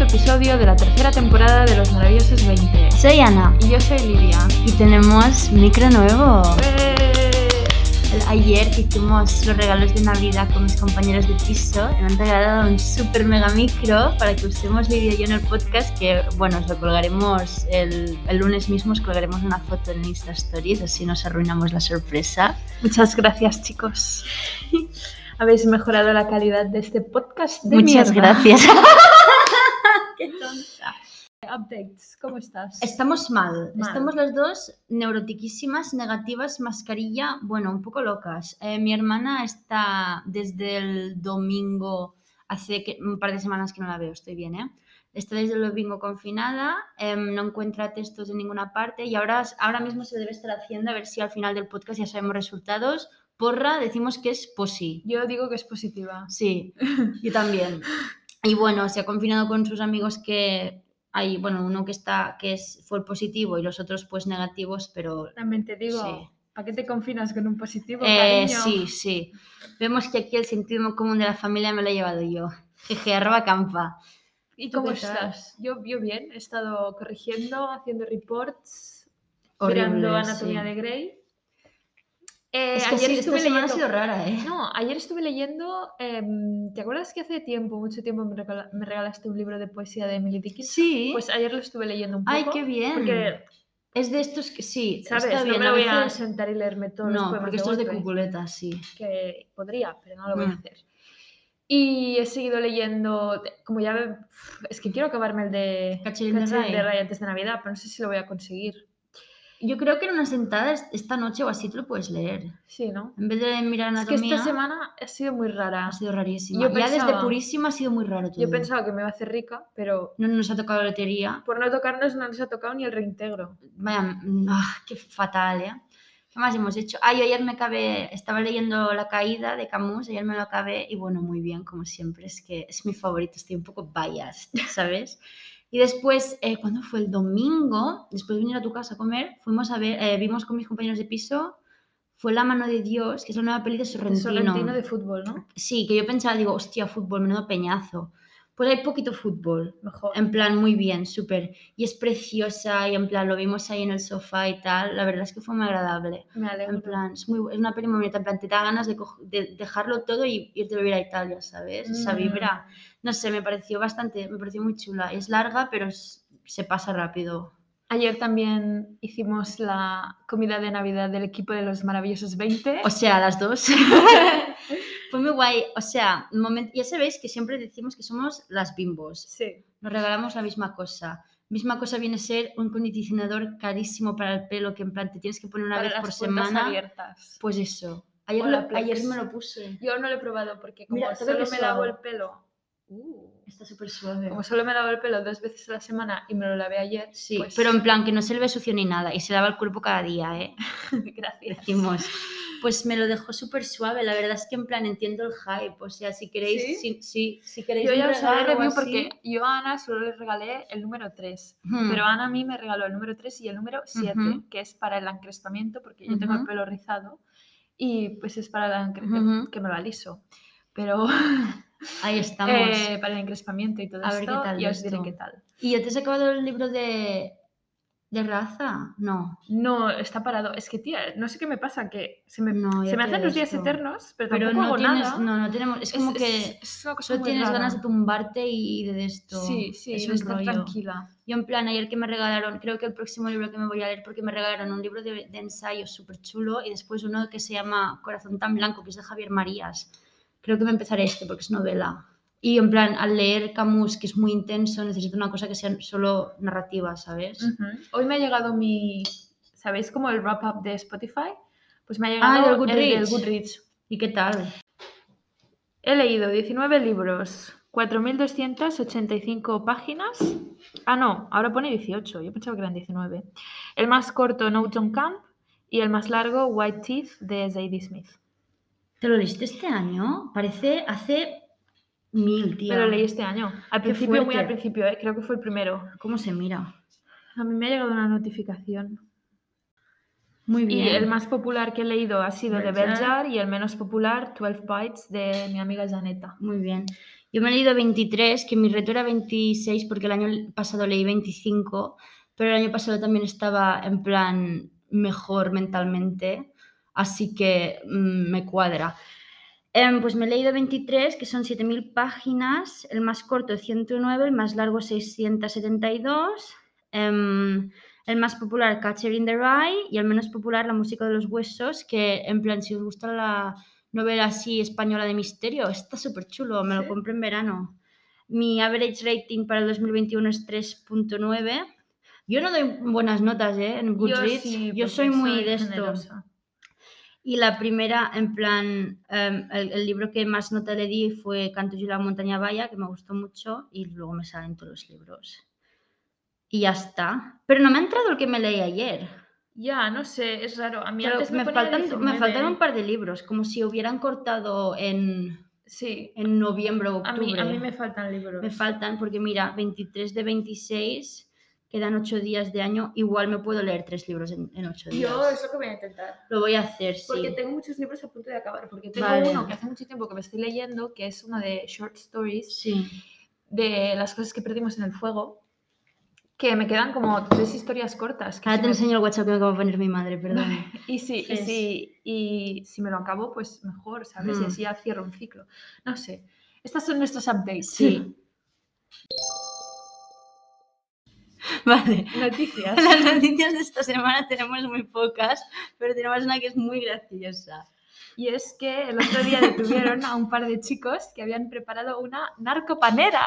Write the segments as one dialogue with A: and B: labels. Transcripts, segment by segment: A: episodio de la tercera temporada de Los Maravillosos 20.
B: Soy Ana
A: Y yo soy Lidia.
B: y tenemos micro nuevo.
A: ¡Eh!
B: Ayer que hicimos los regalos de Navidad con mis compañeros de piso, me han regalado un super mega micro para que usemos Lidia y yo en el podcast, que bueno, os lo colgaremos el, el lunes mismo, os colgaremos una foto en Insta Stories, así nos arruinamos la sorpresa.
A: Muchas gracias, chicos. Habéis mejorado la calidad de este podcast. de
B: Muchas
A: mierda.
B: gracias.
A: Qué tonta. Updates, ¿cómo estás?
B: Estamos mal.
A: Mal.
B: Estamos las dos neurotiquísimas, negativas, mascarilla, bueno, un poco locas. Eh, mi hermana está desde el domingo, hace que- un par de semanas que no la veo, estoy bien, ¿eh? Está desde el domingo confinada, em, no encuentra textos en ninguna parte y ahora, ahora mismo se debe estar haciendo a ver si al final del podcast ya sabemos resultados. Porra, decimos que es posi.
A: Yo digo que es positiva.
B: Sí, yo también. Y bueno, se ha confinado con sus amigos que hay, bueno, uno que está, que es, fue positivo y los otros pues negativos, pero
A: También te digo,
B: Sí.
A: ¿a qué te confinas con un positivo,
B: eh,
A: cariño?
B: sí, sí. Vemos que aquí el sentido común de la familia me lo he llevado yo. Jeje, arroba campa.
A: ¿Y
B: ¿Tú
A: cómo
B: qué tal?
A: estás? Yo, yo bien, he estado corrigiendo, haciendo reports,
B: Horrible,
A: mirando Anatomía
B: sí.
A: de Grey. Eh,
B: Es que
A: ayer
B: sí, esta
A: estuve
B: semana ha
A: leyendo-
B: sido rara, ¿eh?
A: No, ayer estuve leyendo, em, ¿te acuerdas que hace tiempo, mucho tiempo, me, regala- me regalaste un libro de poesía de Emily Dickinson?
B: Sí.
A: Pues ayer lo estuve leyendo un poco.
B: Ay, qué bien.
A: Porque,
B: Es de estos que sí,
A: ¿sabes?
B: está
A: no
B: bien.
A: me
B: a
A: voy a
B: veces-
A: sentar y leerme todos los
B: No,
A: poemas
B: porque esto es de
A: golpe,
B: cuculeta, sí.
A: Que podría, pero no lo voy a
B: Mm.
A: hacer. Y he seguido leyendo, te- como ya... ve- Es que quiero acabarme el de
B: Catcher in the
A: Catcher in the
B: Rye.
A: Rye antes de Navidad, pero no sé si lo voy a conseguir.
B: Yo creo que en una sentada est- esta noche o así te lo puedes leer.
A: Sí, ¿no?
B: En vez de mirar
A: Es que
B: anatomía...
A: esta semana ha sido muy rara.
B: Ha sido rarísima.
A: Yo
B: ya desde
A: pensaba-
B: purísima ha sido muy raro todo.
A: Yo pensaba que me iba a hacer rica, pero
B: No nos ha tocado la lotería.
A: Por no tocarnos no nos ha tocado ni el reintegro.
B: Vaya, mm, ah, qué fatal, ¿eh? ¿Qué más hemos hecho? Ah, yo ayer me acabé, estaba leyendo La caída de Camus, ayer me lo acabé y bueno, muy bien, como siempre, es que es mi favorito, estoy un poco biased, ¿sabes? Y después, eh, ¿cuándo fue? El domingo, después de venir a tu casa a comer, fuimos a ver, eh, vimos con mis compañeros de piso, fue La mano de Dios, que es la nueva peli de
A: El
B: Sorrentino.
A: Sorrentino de fútbol, ¿no?
B: Sí, que yo pensaba, digo, hostia, fútbol, menudo peñazo. Pues hay poquito fútbol,
A: Mejor.
B: En plan, muy bien, súper. Y es preciosa y en plan, lo vimos ahí en el sofá y tal. La verdad es que fue muy agradable.
A: Me alegro.
B: En plan, es, muy, bu- es una peli muy bonita. En plan, te da ganas de, coj- de dejarlo todo y irte a vivir a Italia, ¿sabes? Esa
A: Mm.
B: vibra. No sé, me pareció bastante, me pareció muy chula. Es larga, pero es- se pasa rápido.
A: Ayer también hicimos la comida de Navidad del equipo de los maravillosos 20.
B: O sea, las dos. fue muy guay. O sea, moment- ya sabéis que siempre decimos que somos las bimbos.
A: sí.
B: nos regalamos la misma cosa. Misma cosa viene a ser un condicionador carísimo para el pelo que en plan te tienes que poner una
A: para
B: vez
A: las
B: por
A: puertas
B: semana.
A: abiertas.
B: Pues eso. Ayer,
A: O la
B: lo- ayer
A: Plex.
B: me lo puse.
A: Yo no lo he probado porque como
B: Mira, te veo
A: solo
B: que
A: me
B: suave.
A: lavo el pelo. Uh,
B: Está súper suave.
A: Como solo me lavo el pelo dos veces a la semana y me lo lavé ayer.
B: Sí,
A: pues-
B: pero en plan que no se le ve sucio ni nada y se lava el cuerpo cada día, ¿eh?
A: Gracias.
B: Decimos. Pues me lo dejó súper suave. La verdad es que en plan entiendo el hype. O sea, si queréis,
A: ¿Sí?
B: si, si- si queréis
A: Yo ya
B: un
A: os haré
B: regalo o
A: review
B: así-
A: porque yo a Ana solo le regalé el número 3.
B: Hmm.
A: Pero Ana a mí me regaló el número 3 y el número 7,
B: Ujú.
A: que es para el encrespamiento, porque yo tengo el
B: Ujú.
A: pelo rizado y pues es para el encre-
B: Ujú.
A: que me lo aliso. Pero
B: Ahí estamos.
A: eh, para el encrespamiento y todo
B: A ver qué
A: esto,
B: tal
A: ya
B: de
A: os diré
B: esto.
A: qué tal.
B: ¿Y ya te has acabado el libro de, de raza? No.
A: No, está parado. Es que, tía, no sé qué me pasa, que se me,
B: No, ya
A: se me
B: te
A: hacen los días
B: esto.
A: eternos, pero,
B: pero
A: tampoco
B: no
A: hago
B: tienes,
A: nada.
B: no, no tenemos, es como
A: Es-
B: que
A: es- es una cosa
B: solo
A: muy
B: tienes
A: rara.
B: ganas de tumbarte y, y de esto.
A: Sí, sí,
B: es
A: de
B: un
A: estar
B: rollo.
A: tranquila.
B: Yo en plan, ayer que me regalaron, creo que el próximo libro que me voy a leer, porque me regalaron un libro de, de ensayos súper chulo y después uno que se llama Corazón tan blanco, que es de Javier Marías. Creo que me empezaré este porque es novela. Y en plan, al leer Camus, que es muy intenso, necesito una cosa que sea solo narrativa, ¿sabes?
A: Ujú. Hoy me ha llegado mi, ¿sabéis? Como el wrap-up de Spotify. Pues me ha
B: Ah,
A: llegado
B: del
A: el del
B: Goodreads.
A: Goodreads.
B: ¿Y qué tal?
A: He leído 19 libros, 4.285 páginas. Ah, no, ahora pone 18, yo pensaba que eran 19. El más corto, Newton Camp, y el más largo, White Teeth, de Zadie Smith.
B: ¿Te lo leíste este año? Parece hace mil, tío.
A: Me lo leí este año. Al
B: Qué
A: principio, muy al
B: fuerte.
A: principio, eh, creo que fue el primero.
B: ¿Cómo se mira?
A: A mí me ha llegado una notificación.
B: Muy
A: Y el más popular que he leído ha sido de
B: Berger.
A: Berger y el menos popular, 12 Bites, de mi amiga Janeta.
B: Muy bien. Yo me he leído 23, que mi reto era 26 porque el año pasado leí 25, pero el año pasado también estaba en plan mejor mentalmente, así que mm, me cuadra. Em, pues me he leído 23, que son 7.000 páginas, el más corto 109, el más largo 672, em, el más popular Catcher in the Rye y el menos popular La música de los huesos, que en plan si os gusta la, novela así española de misterio. Está súper chulo, me lo
A: Sí.
B: compré en verano. Mi average rating para el 2021 es 3.9. Yo no doy buenas notas ¿eh? en Goodreads. Yo, soy muy de esto. Y la primera, en plan, em, el, el libro que más nota le di fue Cantos y la montaña vaya, que me gustó mucho, y luego me salen todos los libros. Y ya está. Pero no me ha entrado el que me leí ayer.
A: Ya, no sé, es raro. A mí
B: Claro,
A: antes me, ¿eh?
B: me,
A: ponía
B: faltan, me
A: 19.
B: faltan un par de libros, como si hubieran cortado en
A: Sí,
B: en noviembre o
A: a
B: octubre.
A: mí, a mí me faltan libros.
B: Me faltan porque mira, 23 de 26, quedan 8 días de año, igual me puedo leer tres libros en, 8 días.
A: Yo es lo que voy a intentar.
B: Lo voy a hacer, sí.
A: Porque tengo muchos libros a punto de acabar. Porque tengo
B: Vale.
A: uno que hace mucho tiempo que me estoy leyendo, que es uno de short stories,
B: Sí,
A: de las cosas que perdimos en el fuego, que me quedan como tres historias cortas. que
B: ahora
A: si
B: Ah, te
A: me-
B: enseño el WhatsApp que me acaba de poner mi madre, perdón.
A: Y si, y,
B: Sí.
A: si, y si me lo acabo, pues mejor, ¿sabes? Y
B: Mm.
A: así ya cierro un ciclo. No sé. Estos son nuestros updates.
B: Sí. Vale.
A: Noticias.
B: Las noticias de esta semana tenemos muy pocas, pero tenemos una que es muy graciosa.
A: Y es que el otro día detuvieron a un par de chicos que habían preparado una narcopanera.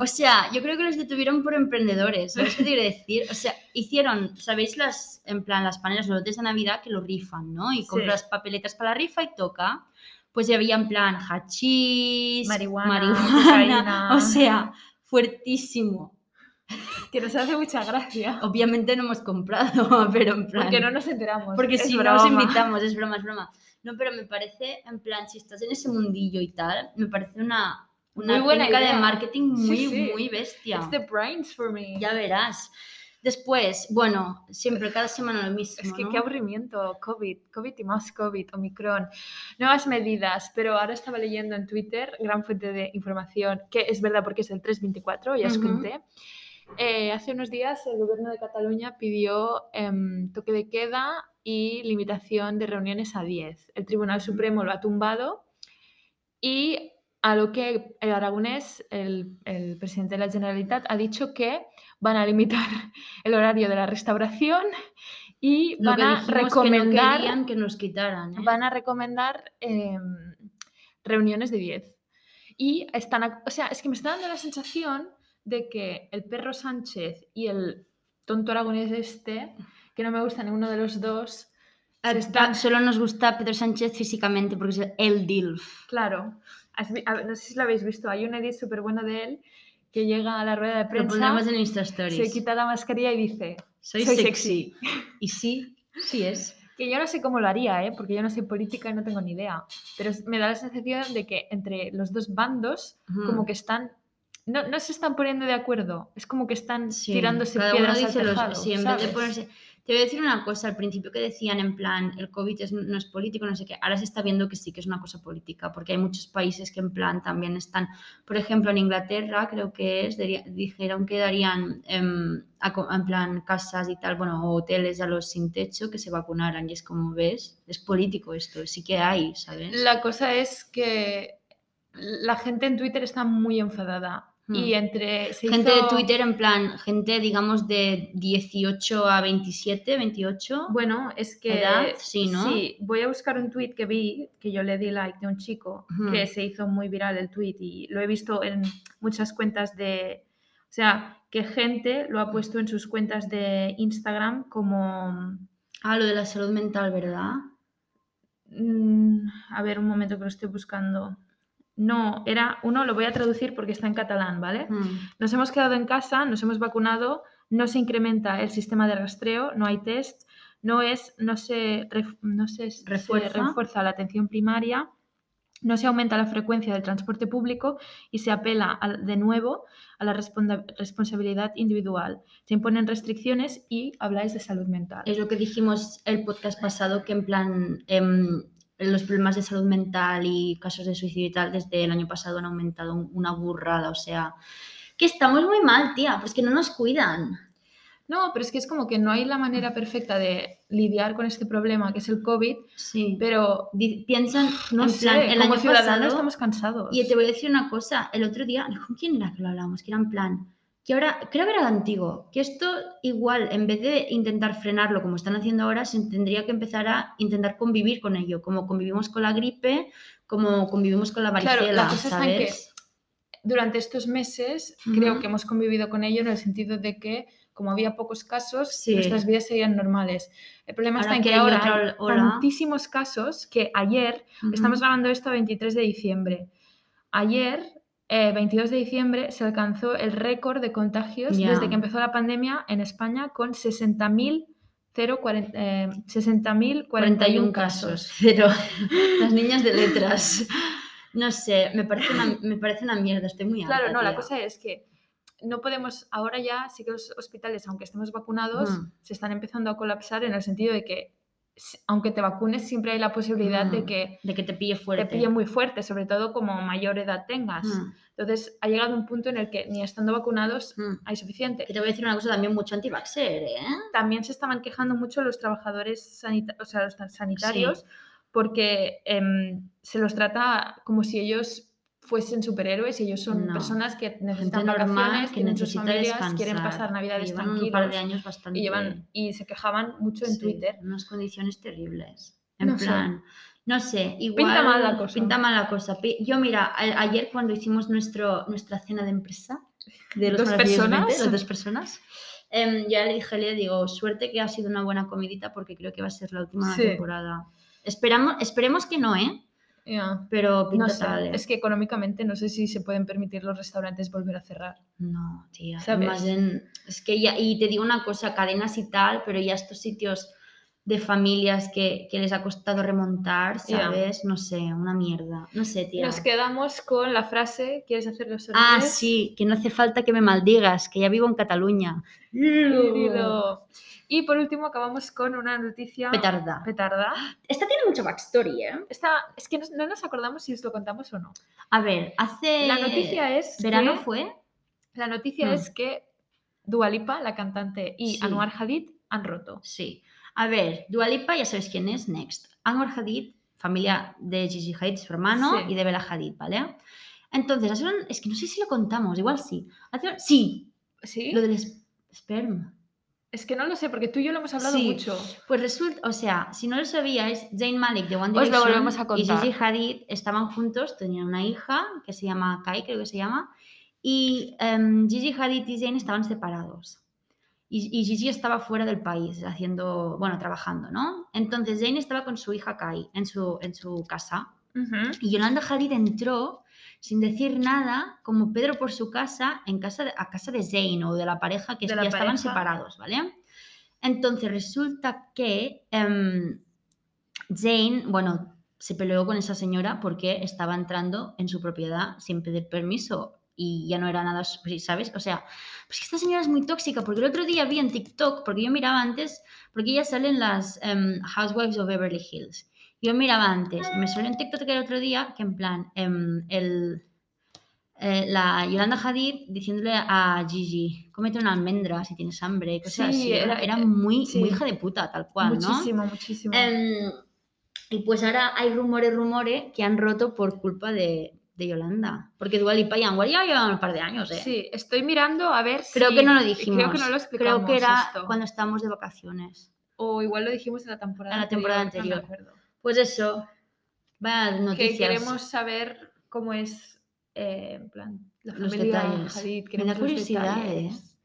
B: O sea, yo creo que los detuvieron por emprendedores, ¿sabes qué te quiero decir? O sea, hicieron, ¿sabéis las, en plan, las panelas, los lotes de Navidad que lo rifan, ¿no? Y
A: Sí.
B: compras papeletas para la rifa y toca. Pues ya había en plan hachís,
A: Marihuana, cocaína.
B: o sea, fuertísimo.
A: Que nos hace mucha gracia.
B: Obviamente no hemos comprado, pero en plan...
A: Porque no nos enteramos.
B: Porque
A: es
B: si no os
A: broma.
B: invitamos, es broma, es broma. No, pero me parece, en plan, si estás en ese mundillo y tal, me parece una, una
A: Muy buena
B: técnica de
A: idea.
B: marketing
A: Sí,
B: muy,
A: sí. Este
B: muy bestia.
A: It's the brains for me.
B: Ya verás. Después, bueno, siempre, cada semana lo mismo.
A: Es que
B: ¿no?
A: qué aburrimiento, COVID, COVID y más COVID, Omicron, nuevas medidas, pero ahora estaba leyendo en Twitter, gran fuente de información, que es verdad porque es el 324, ya os
B: Ujú.
A: conté. Eh, hace unos días el gobierno de Cataluña pidió em, toque de queda y limitación de reuniones a 10. El Tribunal Supremo lo ha tumbado y a lo que el aragonés, el, el presidente de la Generalitat, ha dicho que van a limitar el horario de la restauración y
B: Lo
A: van
B: que
A: a
B: dijimos
A: recomendar,
B: que, no querían que nos quitaran. ¿eh?
A: van a recomendar em, reuniones de 10. Y están, ac- o sea, es que me está dando la sensación de que el perro Sánchez y el tonto aragonés este, que no me gusta ninguno de los dos,
B: Ah,
A: se están,
B: Solo nos gusta Pedro Sánchez físicamente porque es el DILF.
A: claro, has vi- a ver, no sé si lo habéis visto, hay un edit súper bueno de él que llega a la rueda de
B: Lo
A: prensa,
B: pondremos en Insta Stories.
A: se quita la mascarilla y dice,
B: Soy,
A: "Soy
B: sexy. Y sí, sí es.
A: Que yo no sé cómo lo haría, ¿eh? porque yo no soy política y no tengo ni idea. Pero s- me da la sensación de que entre los dos bandos,
B: Mm.
A: como que están. No, no se están poniendo de acuerdo. Es como que están
B: Sí,
A: tirándose
B: cada uno
A: piedras al
B: dice los-
A: tejado,
B: sí, en vez de
A: ¿sabes?
B: ponerse- Te voy a decir una cosa, al principio que decían en plan, el COVID es- no es político, no sé qué, ahora se está viendo que sí que es una cosa política, porque hay muchos países que en plan también están, por ejemplo, en Inglaterra creo que es, diría- dijeron que darían em, a co- en plan casas y tal, bueno, o hoteles a los sin techo que se vacunaran, y es como ves, es político esto, sí que hay, ¿sabes?
A: La cosa es que la gente en Twitter está muy enfadada. Y
B: Hmm.
A: entre. se
B: Gente de
A: hizo-
B: Twitter en plan, gente digamos de 18 a 27, 28.
A: Bueno, es que.
B: Edad, sí, ¿no?
A: Sí, voy a buscar un tweet que vi, que yo le di like de un chico,
B: Ujú.
A: que se hizo muy viral el tweet y lo he visto en muchas cuentas de. O sea, que gente lo ha puesto en sus cuentas de Instagram como.
B: Ah, lo de la salud mental, ¿verdad?
A: mm, a ver, un momento que lo estoy buscando. No, era uno, lo voy a traducir porque está en catalán, ¿vale?
B: Mm.
A: Nos hemos quedado en casa, nos hemos vacunado, no se incrementa el sistema de rastreo, no hay test, no es, no se, ref- no se- se
B: Refuerza.
A: refuerza la atención primaria, No se aumenta la frecuencia del transporte público y se apela a- de nuevo a la responda- responsabilidad individual. Se imponen restricciones y habláis de salud mental.
B: Es lo que dijimos el podcast pasado, que en plan em, los problemas de salud mental y casos de suicidio y tal desde el año pasado han aumentado un- una burrada. O sea, que estamos muy mal, tía, pues que no nos cuidan.
A: No, pero es que es como que no hay la
B: Ah.
A: manera perfecta de lidiar con este problema que es el COVID,
B: Sí.
A: pero
B: Di- piensan,
A: no
B: en
A: sé,
B: plan, el
A: como
B: año
A: ciudadanos
B: pasado...
A: estamos cansados.
B: Y te voy a decir una cosa, el otro día, ¿con quién era que lo hablamos? Que era en plan, que ahora, creo que era el antiguo, que esto igual, en vez de intentar frenarlo como están haciendo ahora, se tendría que empezar a intentar convivir con ello, como convivimos con la gripe, como convivimos con la varicela,
A: Claro, la cosa está en que
B: ¿sabes?
A: Durante estos meses
B: Ujú.
A: creo que hemos convivido con ello en el sentido de que como había pocos casos,
B: Sí.
A: nuestras vidas seguían normales. El problema
B: Ahora
A: está en
B: que
A: que
B: hay
A: ahora
B: otra
A: hay
B: ola.
A: tantísimos casos que ayer
B: Ujú.
A: Estamos grabando esto a 23 de diciembre. Ayer, eh, 22 de diciembre, se alcanzó el récord de contagios
B: Ya.
A: desde que empezó la pandemia en España con 60.000 040, eh, 60.041 casos.
B: Pero las niñas de letras. No sé, me parece una, me parece una mierda, estoy muy harta,
A: Claro, no, la
B: tía.
A: cosa es que no podemos, ahora ya sí que los hospitales, aunque estemos vacunados,
B: Ujú.
A: se están empezando a colapsar en el sentido de que s- aunque te vacunes siempre hay la posibilidad de
B: Mm,
A: que
B: de que te pille fuerte.
A: te pille muy fuerte, sobre todo como mayor edad tengas.
B: Mm,
A: Entonces ha llegado un punto en el que ni estando vacunados
B: mm.
A: hay suficiente.
B: Que te voy a decir una cosa también mucho antivaxer, ¿eh?
A: También se estaban quejando mucho los trabajadores sanita- o sea, los tan- sanitarios porque em, se los trata como si ellos fuesen superhéroes y ellos son
B: No.
A: personas que
B: gente
A: necesitan
B: normal
A: vacaciones,
B: que
A: tienen sus
B: necesita
A: familias,
B: descansar.
A: quieren pasar navidades
B: llevan un par de
A: tranquilos
B: años bastante
A: y, llevan, y se quejaban mucho en
B: sí,
A: Twitter.
B: unas condiciones terribles. En
A: No sé.
B: plan, no sé, igual
A: mal la cosa.
B: pinta mal la cosa. Pi- Yo mira, a- ayer cuando hicimos nuestro nuestra cena de empresa de los
A: ¿Dos
B: maravillosos
A: personas?
B: 20, las dos personas. em, ya le dije, le digo, suerte que ha sido una buena comidita porque creo que va a ser la última
A: Sí.
B: temporada. Esperamos, esperemos que no, ¿eh?
A: Ya.
B: Pero pinta
A: No sé,
B: tal, ¿eh?
A: es que económicamente no sé si se pueden permitir los restaurantes volver a cerrar.
B: No, tía.
A: ¿Sabes?
B: Más en- es que ya, y te digo una cosa, cadenas y tal, pero ya estos sitios de familias que, que les ha costado remontar,
A: Ya.
B: ¿sabes? No sé, una mierda. No sé, tía.
A: Nos quedamos con la frase, ¿quieres hacer los
B: Ah,
A: honores?
B: sí, que no hace falta que me maldigas, que ya vivo en Cataluña. Uh,
A: Querido. Y por último acabamos con una noticia
B: Petarda.
A: petarda.
B: Esta tiene mucho backstory, ¿eh?
A: Esta- es que no, no nos acordamos si os lo contamos o no.
B: A ver, hace...
A: La noticia es
B: Eh, ¿Verano
A: que,
B: fue?
A: la noticia
B: Mm.
A: es que Dualipa, la cantante, y
B: Sí.
A: Anwar Hadid han roto.
B: Sí. A ver, Dualipa, ya sabes quién es, Next. Anwar Hadid, familia de Gigi Hadid, su hermano,
A: Sí.
B: y de Bella Hadid, ¿vale? Entonces, hace un- es que no sé si lo contamos, igual sí. Hace un- Sí,
A: ¿Sí?
B: lo del es- esperma.
A: Es que no lo sé, porque tú y yo lo hemos hablado
B: Sí.
A: mucho.
B: Pues resulta, o sea, si no lo sabíais, Zayn Malik de One
A: Os lo
B: Direction
A: volvemos a contar.
B: y Gigi Hadid estaban juntos, tenían una hija que se llama Kai, creo que se llama, y em, Gigi Hadid y Zayn estaban separados. Y, y Gigi estaba fuera del país haciendo, bueno, trabajando, ¿no? Entonces Zayn estaba con su hija Kai en su, en su casa
A: Ujú.
B: y Yolanda Hadid entró sin decir nada, como Pedro por su casa, en casa de- a casa de Zayn o de la pareja que
A: De
B: ya
A: la
B: estaban
A: pareja.
B: separados, ¿vale? Entonces resulta que em, Zayn, bueno, se peleó con esa señora porque estaba entrando en su propiedad sin pedir permiso y ya no era nada, su- ¿sabes? O sea, pues que esta señora es muy tóxica, porque el otro día vi en TikTok, porque yo miraba antes, porque ya salen las em, Housewives of Beverly Hills. Yo miraba antes y me salió un TikTok el otro día que en plan, em, el, eh, la Yolanda Hadid diciéndole a Gigi, cómete una almendra si tienes hambre, cosas
A: Sí,
B: así. Era,
A: era- eh,
B: era muy,
A: sí.
B: muy hija de puta, tal cual, ¿no?
A: muchísimo, muchísimo.
B: Em, y pues ahora hay rumores, rumores que han roto por culpa de, de Yolanda. Porque Dua Lipa y Anwar ya llevan un par de años, ¿eh?
A: Sí, estoy mirando a ver
B: Creo
A: si-
B: que no lo dijimos.
A: Creo que no lo explicamos.
B: Creo que era
A: esto.
B: cuando estábamos de vacaciones.
A: O igual lo dijimos en la temporada
B: En la temporada
A: no me acuerdo.
B: Pues eso, vaya noticias.
A: que queremos saber cómo es eh, en plan, la
B: Los
A: familia
B: detalles.
A: Hadid,
B: Me
A: queremos
B: da
A: los
B: curiosidad, ¿eh?
A: detalles.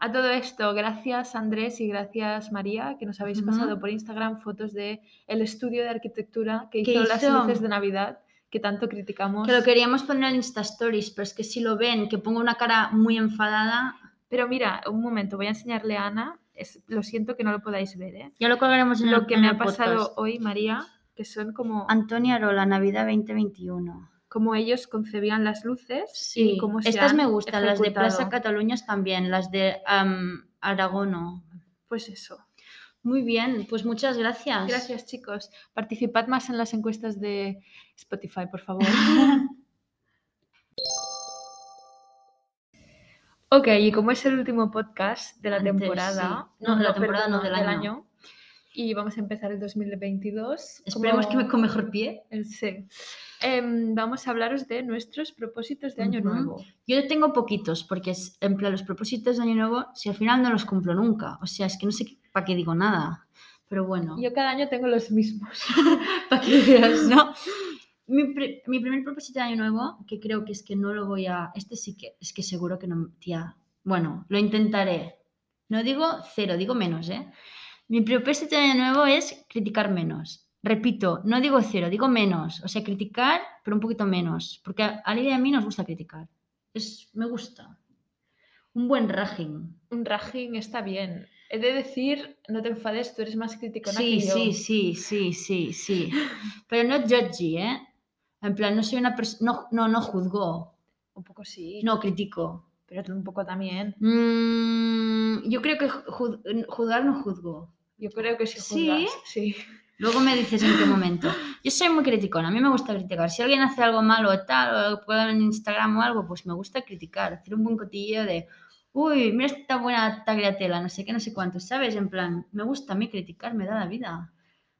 A: A todo esto, gracias Andrés y gracias María, que nos habéis
B: Ujú.
A: pasado por Instagram fotos de el estudio de arquitectura que
B: Que
A: hizo, las
B: hizo.
A: luces de Navidad, que tanto criticamos.
B: Que lo queríamos poner en Insta Stories, pero es que si lo ven, que pongo una cara muy enfadada,
A: Pero mira, un momento, voy a enseñarle a Ana. Es- lo siento que no lo podáis ver, ¿eh?
B: ya lo colgaremos en
A: Lo
B: el-
A: que
B: en
A: me
B: el
A: ha pasado
B: podcast.
A: hoy, María, que son como,
B: Antonia Arola, Navidad 2021.
A: como ellos concebían las luces
B: Sí,
A: y cómo se
B: estas
A: han
B: me gustan, las de Plaza
A: ejecutado.
B: Cataluñas también, las de am, Aragono.
A: Pues eso.
B: Muy bien, pues muchas gracias.
A: Gracias, chicos. Participad más en las encuestas de Spotify, por favor. ok, y como es el último podcast de la
B: Antes,
A: temporada,
B: sí. No, de la temporada no, del año.
A: y vamos a empezar el 2022.
B: Esperemos que
A: como-
B: me con mejor pie.
A: eh, Sí. Em, vamos a hablaros de nuestros propósitos de año
B: Ujú.
A: nuevo.
B: Yo tengo poquitos, porque es, en plan, los propósitos de Año Nuevo, si al final no los cumplo nunca. O sea, es que no sé para qué digo nada. Pero bueno.
A: Yo cada año tengo los mismos.
B: para que veas, ¿no? Mi, pri- mi primer propósito de año nuevo, que creo que es que no lo voy a... Este sí que es que seguro que no, tía. Bueno, lo intentaré. No digo cero, digo menos, ¿eh? Mi propósito de año nuevo es criticar menos. Repito, no digo cero, digo menos. O sea, criticar, pero un poquito menos. Porque a a Lidia y a mí nos gusta criticar. Es, me gusta. Un buen rajing.
A: Un rajing está bien. He de decir, no te enfades, tú eres más crítico
B: Sí, sí, sí, sí, sí, sí. Pero no judgy, ¿eh? En plan, no soy una persona... No, no, no juzgo.
A: Un poco sí.
B: No critico.
A: Pero tú un poco también.
B: Mm, yo creo que ju- juzgar no juzgo.
A: Yo creo que sí
B: ¿Sí?
A: juzgas. Sí.
B: Luego me dices en qué momento. Yo soy muy criticona, a mí me gusta criticar. Si alguien hace algo malo o tal, o puede en Instagram o algo, pues me gusta criticar. Hacer un buen cotillo de, uy, mira esta buena tagliatela, no sé qué, no sé cuánto, ¿sabes? En plan, me gusta a mí criticar, me da la vida.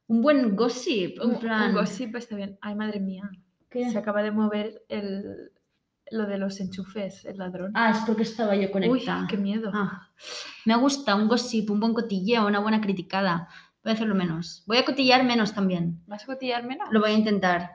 B: Un buen gossip,
A: Un,
B: en
A: un
B: plan...
A: gossip está bien. Ay, madre mía.
B: ¿qué?
A: Se acaba de mover el, lo de los enchufes, el ladrón.
B: Ah, es porque estaba yo
A: Uy,
B: conectada.
A: qué miedo.
B: Ah, me gusta un gossip, un buen cotilleo, una buena criticada. Voy a hacerlo menos. Voy a cotillar menos también.
A: ¿Vas a cotillarme? no?
B: Lo voy a intentar.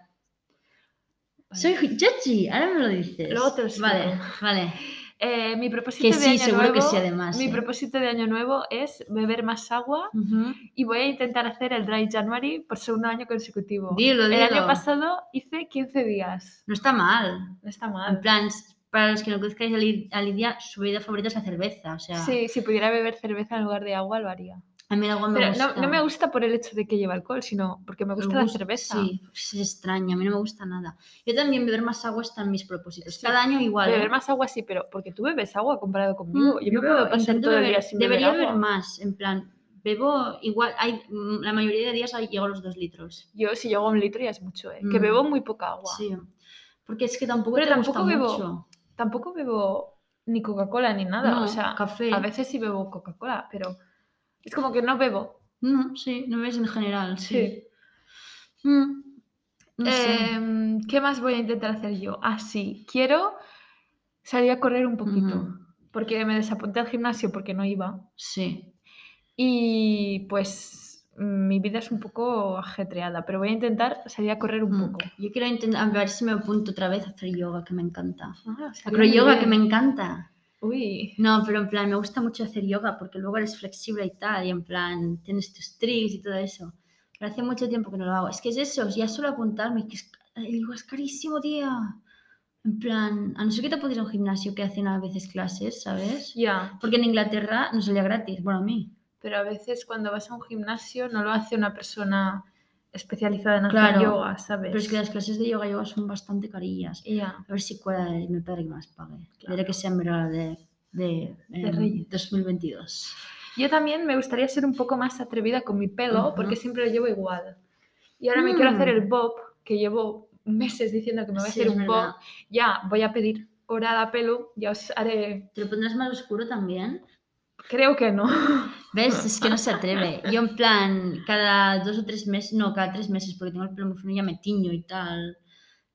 A: Vale.
B: Soy judgy, ahora me lo dices.
A: Luego te lo explico.
B: Vale, vale.
A: Eh, mi propósito
B: Que
A: de
B: sí,
A: año
B: seguro que
A: nuevo-
B: sí, además,
A: Mi
B: eh.
A: propósito de año nuevo es beber más agua
B: Ujú.
A: y voy a intentar hacer el Dry January por segundo año consecutivo.
B: Dilo,
A: El año
B: dilo.
A: pasado hice 15 días.
B: No está mal.
A: No está
B: En
A: mal.
B: plan, para los que no conozcáis a Li- a Lidia, su bebida favorita es la cerveza. O sea,
A: Sí, si pudiera beber cerveza en lugar de agua lo haría.
B: a mí el agua me
A: Pero
B: gusta.
A: no, no me gusta por el hecho de que lleva alcohol, sino porque me
B: Me
A: gusta la
B: gust-
A: cerveza.
B: Sí, es extraña, a mí no me gusta nada. Yo también beber más agua está en mis propósitos.
A: Sí.
B: Cada año igual. ¿eh?
A: Beber más agua sí, pero porque tú bebes agua comparado
B: Mm,
A: conmigo. yo me
B: bebo-
A: puedo pasar
B: intento
A: todo el
B: beber-
A: día sin
B: Debería
A: beber agua.
B: más, en plan, bebo igual, hay, mm, la mayoría de días hay- llego a los dos litros.
A: Yo si llego a un litro ya es mucho, ¿eh? que
B: Mm.
A: bebo muy poca agua.
B: Sí. Porque es que tampoco
A: Pero
B: te
A: tampoco
B: gusta
A: bebo
B: mucho.
A: Tampoco bebo ni Coca-Cola ni nada.
B: No,
A: o sea,
B: café.
A: a veces sí bebo Coca-Cola, pero es como que no bebo.
B: No, Mm, sí, no ves en general, sí.
A: Sí.
B: Mm, no sé.
A: Em, ¿Qué más voy a intentar hacer yo? Ah, sí, quiero salir a correr un poquito.
B: Ujú,
A: Porque me desapunté al gimnasio porque no iba.
B: Sí.
A: Y pues mm, mi vida es un poco ajetreada, pero voy a intentar salir a correr un
B: Mm,
A: poco.
B: Yo quiero intentar, a ver si me apunto otra vez a hacer yoga, que me encanta.
A: Ah,
B: Acroyoga,
A: Acroyoga,
B: que me encanta.
A: Uy,
B: No, pero en plan, me gusta mucho hacer yoga porque luego eres flexible y tal, y en plan, tienes tus trips y todo eso. Pero hace mucho tiempo que no lo hago. Es que es eso, ya solo apuntarme, que es, ay, digo, es carísimo, tía. En plan, a no ser que te apuntes a un gimnasio que hacen a veces clases, ¿sabes?
A: ya.
B: Porque en Inglaterra no salía gratis, bueno, a mí.
A: Pero a veces cuando vas a un gimnasio no lo hace una persona especializada en
B: Claro,
A: hacer yoga, ¿sabes?
B: Pero es que las clases de yoga yoga son bastante carillas.
A: Ya.
B: A ver si cuela de mi padre que me las pague.
A: Claro.
B: Diré que sea en verano de, de, em,
A: Reyes.
B: 2022.
A: Yo también me gustaría ser un poco más atrevida con mi pelo
B: Ujú.
A: porque siempre lo llevo igual. Y ahora me quiero hacer el
B: Mm.
A: bob, que llevo meses diciendo que me voy a
B: Sí,
A: hacer
B: es
A: un
B: verdad.
A: bob. Ya, voy a pedir hora a pelo, ya os haré...
B: ¿Te lo pondrás más oscuro también?
A: Creo que no. Mm.
B: ¿Ves? Es que no se atreve. Yo en plan, cada dos o tres meses, no, cada tres meses, porque tengo el pelo muy fino y ya me tiño y tal.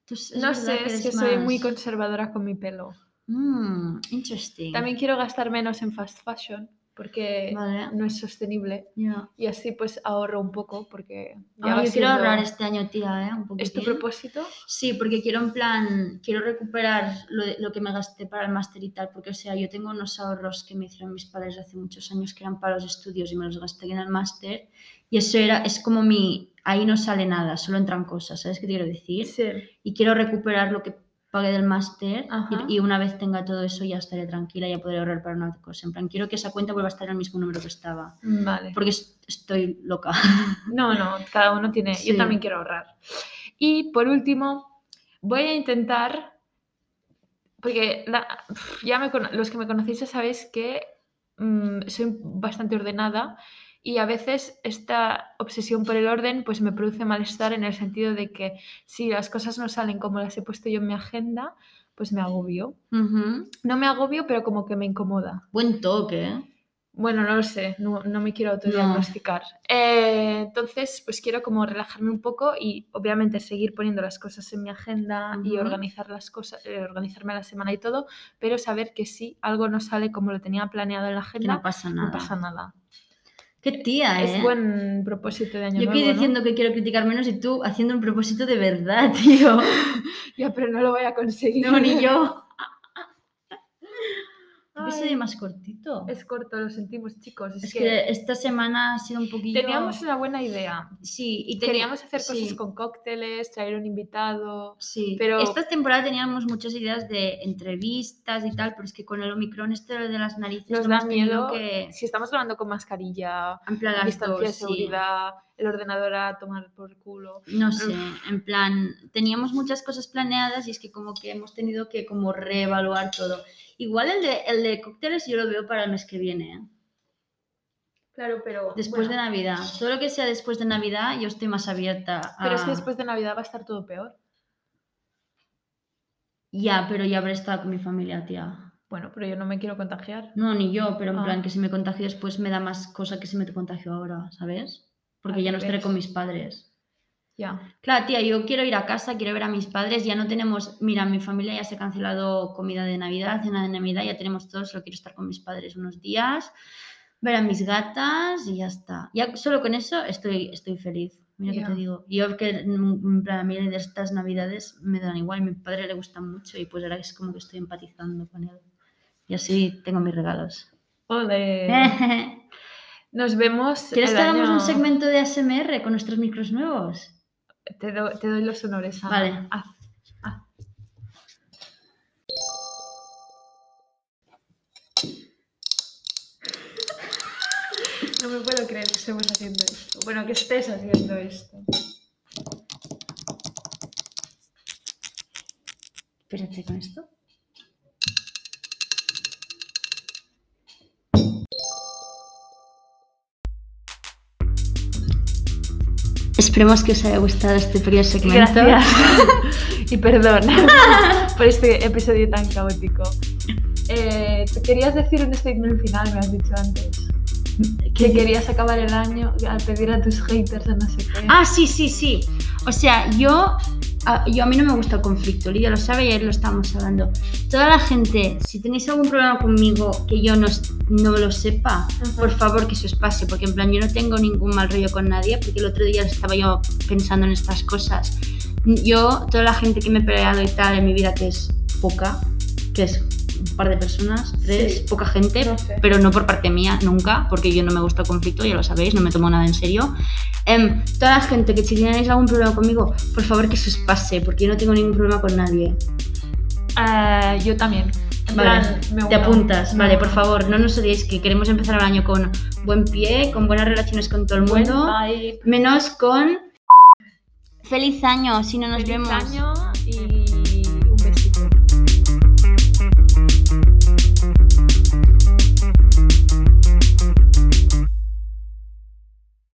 B: Entonces, es
A: no
B: verdad
A: sé, es
B: eres
A: que soy muy
B: más-
A: conservadora con mi pelo.
B: Mm, interesting.
A: También quiero gastar menos en fast fashion porque
B: Vale.
A: no es sostenible
B: ya.
A: y así pues ahorro un poco porque
B: Ah,
A: va
B: yo quiero
A: siendo-
B: ahorrar este año, tía, ¿eh? Un poquitín.
A: ¿Es tu propósito?
B: Sí, porque quiero en plan, quiero recuperar lo, de- lo que me gasté para el máster y tal, porque o sea, yo tengo unos ahorros que me hicieron mis padres hace muchos años que eran para los estudios y me los gasté en el máster y eso era, es como mi, ahí no sale nada, solo entran cosas, ¿sabes qué te quiero decir?
A: Sí.
B: y quiero recuperar lo que pague del máster
A: Ajá.
B: y, y una vez tenga todo eso ya estaré tranquila, ya podré ahorrar para una cosa. En plan, quiero que esa cuenta vuelva a estar en el mismo número que estaba.
A: Vale.
B: Porque es- estoy loca.
A: No, no, cada uno tiene.
B: Sí.
A: Yo también quiero ahorrar. Y por último, voy a intentar. Porque la- ya me cono- los que me conocéis ya sabéis que mm, soy bastante ordenada y a veces esta obsesión por el orden pues me produce malestar en el sentido de que si las cosas no salen como las he puesto yo en mi agenda, pues me agobio.
B: Ujú.
A: No me agobio, pero como que me incomoda.
B: Buen toque, ¿eh?
A: Bueno, no lo sé, no, no me quiero autodiagnosticar. Eh, entonces, pues quiero como relajarme un poco y obviamente seguir poniendo las cosas en mi agenda y
B: Ujú.
A: organizar las cosas, eh, organizarme la semana y todo, pero saber que si algo no sale como lo tenía planeado en la
B: Que
A: agenda,
B: no pasa
A: no
B: nada.
A: pasa nada.
B: Qué tía, ¿eh?
A: Es buen propósito de año
B: Yo aquí
A: nuevo, ¿no?
B: diciendo que quiero criticar menos y tú haciendo un propósito de verdad, tío.
A: Ya, pero no lo voy a conseguir.
B: No, ni yo. Episodio
A: Ay,
B: más cortito.
A: Es corto, lo sentimos, chicos. Es,
B: Es
A: que,
B: que esta semana ha sido un poquillo...
A: teníamos una buena idea.
B: Sí, y teni-
A: Queríamos hacer cosas
B: sí,
A: con cócteles, traer un invitado.
B: Sí,
A: pero-
B: esta temporada teníamos muchas ideas de entrevistas y tal, pero es que con el Omicron este de las narices
A: Nos
B: no
A: da
B: hemos tenido
A: miedo.
B: que
A: Si estamos grabando con mascarilla,
B: ampliar las
A: distancia de
B: dos, sí.
A: seguridad, el ordenador a tomar por culo.
B: No sé, en plan, teníamos muchas cosas planeadas y es que como que hemos tenido que como reevaluar todo. Igual el de, el de cócteles yo lo veo para el mes que viene, ¿eh?
A: Claro, pero.
B: después de Navidad. Todo lo que sea después de Navidad yo estoy más abierta a...
A: Pero es que después de Navidad va a estar todo peor.
B: Ya, pero ya habré estado con mi familia, tía.
A: Bueno, pero yo no me quiero contagiar.
B: No, ni yo, pero en
A: Ah.
B: plan que si me contagio después me da más cosa que si me te contagio ahora, ¿sabes? Porque
A: Al
B: ya no estaré
A: revés.
B: con mis padres.
A: Ya.
B: Claro, tía, yo quiero ir a casa, quiero ver a mis padres, ya no tenemos, mira, mi familia ya se ha cancelado comida de Navidad, cena de Navidad, ya tenemos todo, solo quiero estar con mis padres unos días, ver a mis gatas y ya está. Ya solo con eso estoy, estoy feliz, mira que
A: Ya.
B: te digo. Yo que mm, en plan, a mí de estas Navidades me dan igual, a mi padre le gusta mucho y pues ahora es como que estoy empatizando con él. Y así tengo mis regalos.
A: Ole. Eh, Nos vemos.
B: ¿Quieres
A: el
B: que hagamos
A: año-
B: un segmento de ASMR con nuestros micros nuevos?
A: Te, do- te doy los honores. Ana. Ah,
B: Vale.
A: Haz. No me puedo creer que estemos haciendo esto. Bueno, que estés haciendo esto.
B: Espérate con esto. Esperemos que os haya gustado este pequeño segmento.
A: Gracias. y perdón por este episodio tan caótico. Eh, te querías decir un statement final, me has dicho antes. Que querías acabar el año a pedir a tus haters a no sé qué.
B: Ah, sí, sí, sí. O sea, yo a, yo a mí no me gusta el conflicto, Lidia lo sabe y ayer lo estábamos hablando. Toda la gente, si tenéis algún problema conmigo que yo no, s- no lo sepa,
A: Ujú.
B: por favor que se os pase, porque en plan yo no tengo ningún mal rollo con nadie, porque el otro día estaba yo pensando en estas cosas. Yo, toda la gente que me he peleado y tal en mi vida, que es poca, que es un par de personas, tres,
A: Sí.
B: poca gente,
A: No sé.
B: pero no por parte mía nunca, porque yo no me gusta el conflicto, ya lo sabéis, no me tomo nada en serio. Em, toda la gente que si tenéis algún problema conmigo, por favor que se os pase, porque yo no tengo ningún problema con nadie.
A: Ah, yo también. En
B: Vale,
A: plan, me
B: Te
A: uno.
B: apuntas,
A: Me
B: vale,
A: uno.
B: por favor, no nos odiéis, que queremos empezar el año con buen pie, con buenas relaciones con todo el
A: Buen
B: mundo,
A: vibe.
B: menos con... Feliz año, si no nos
A: Feliz
B: vemos.
A: año y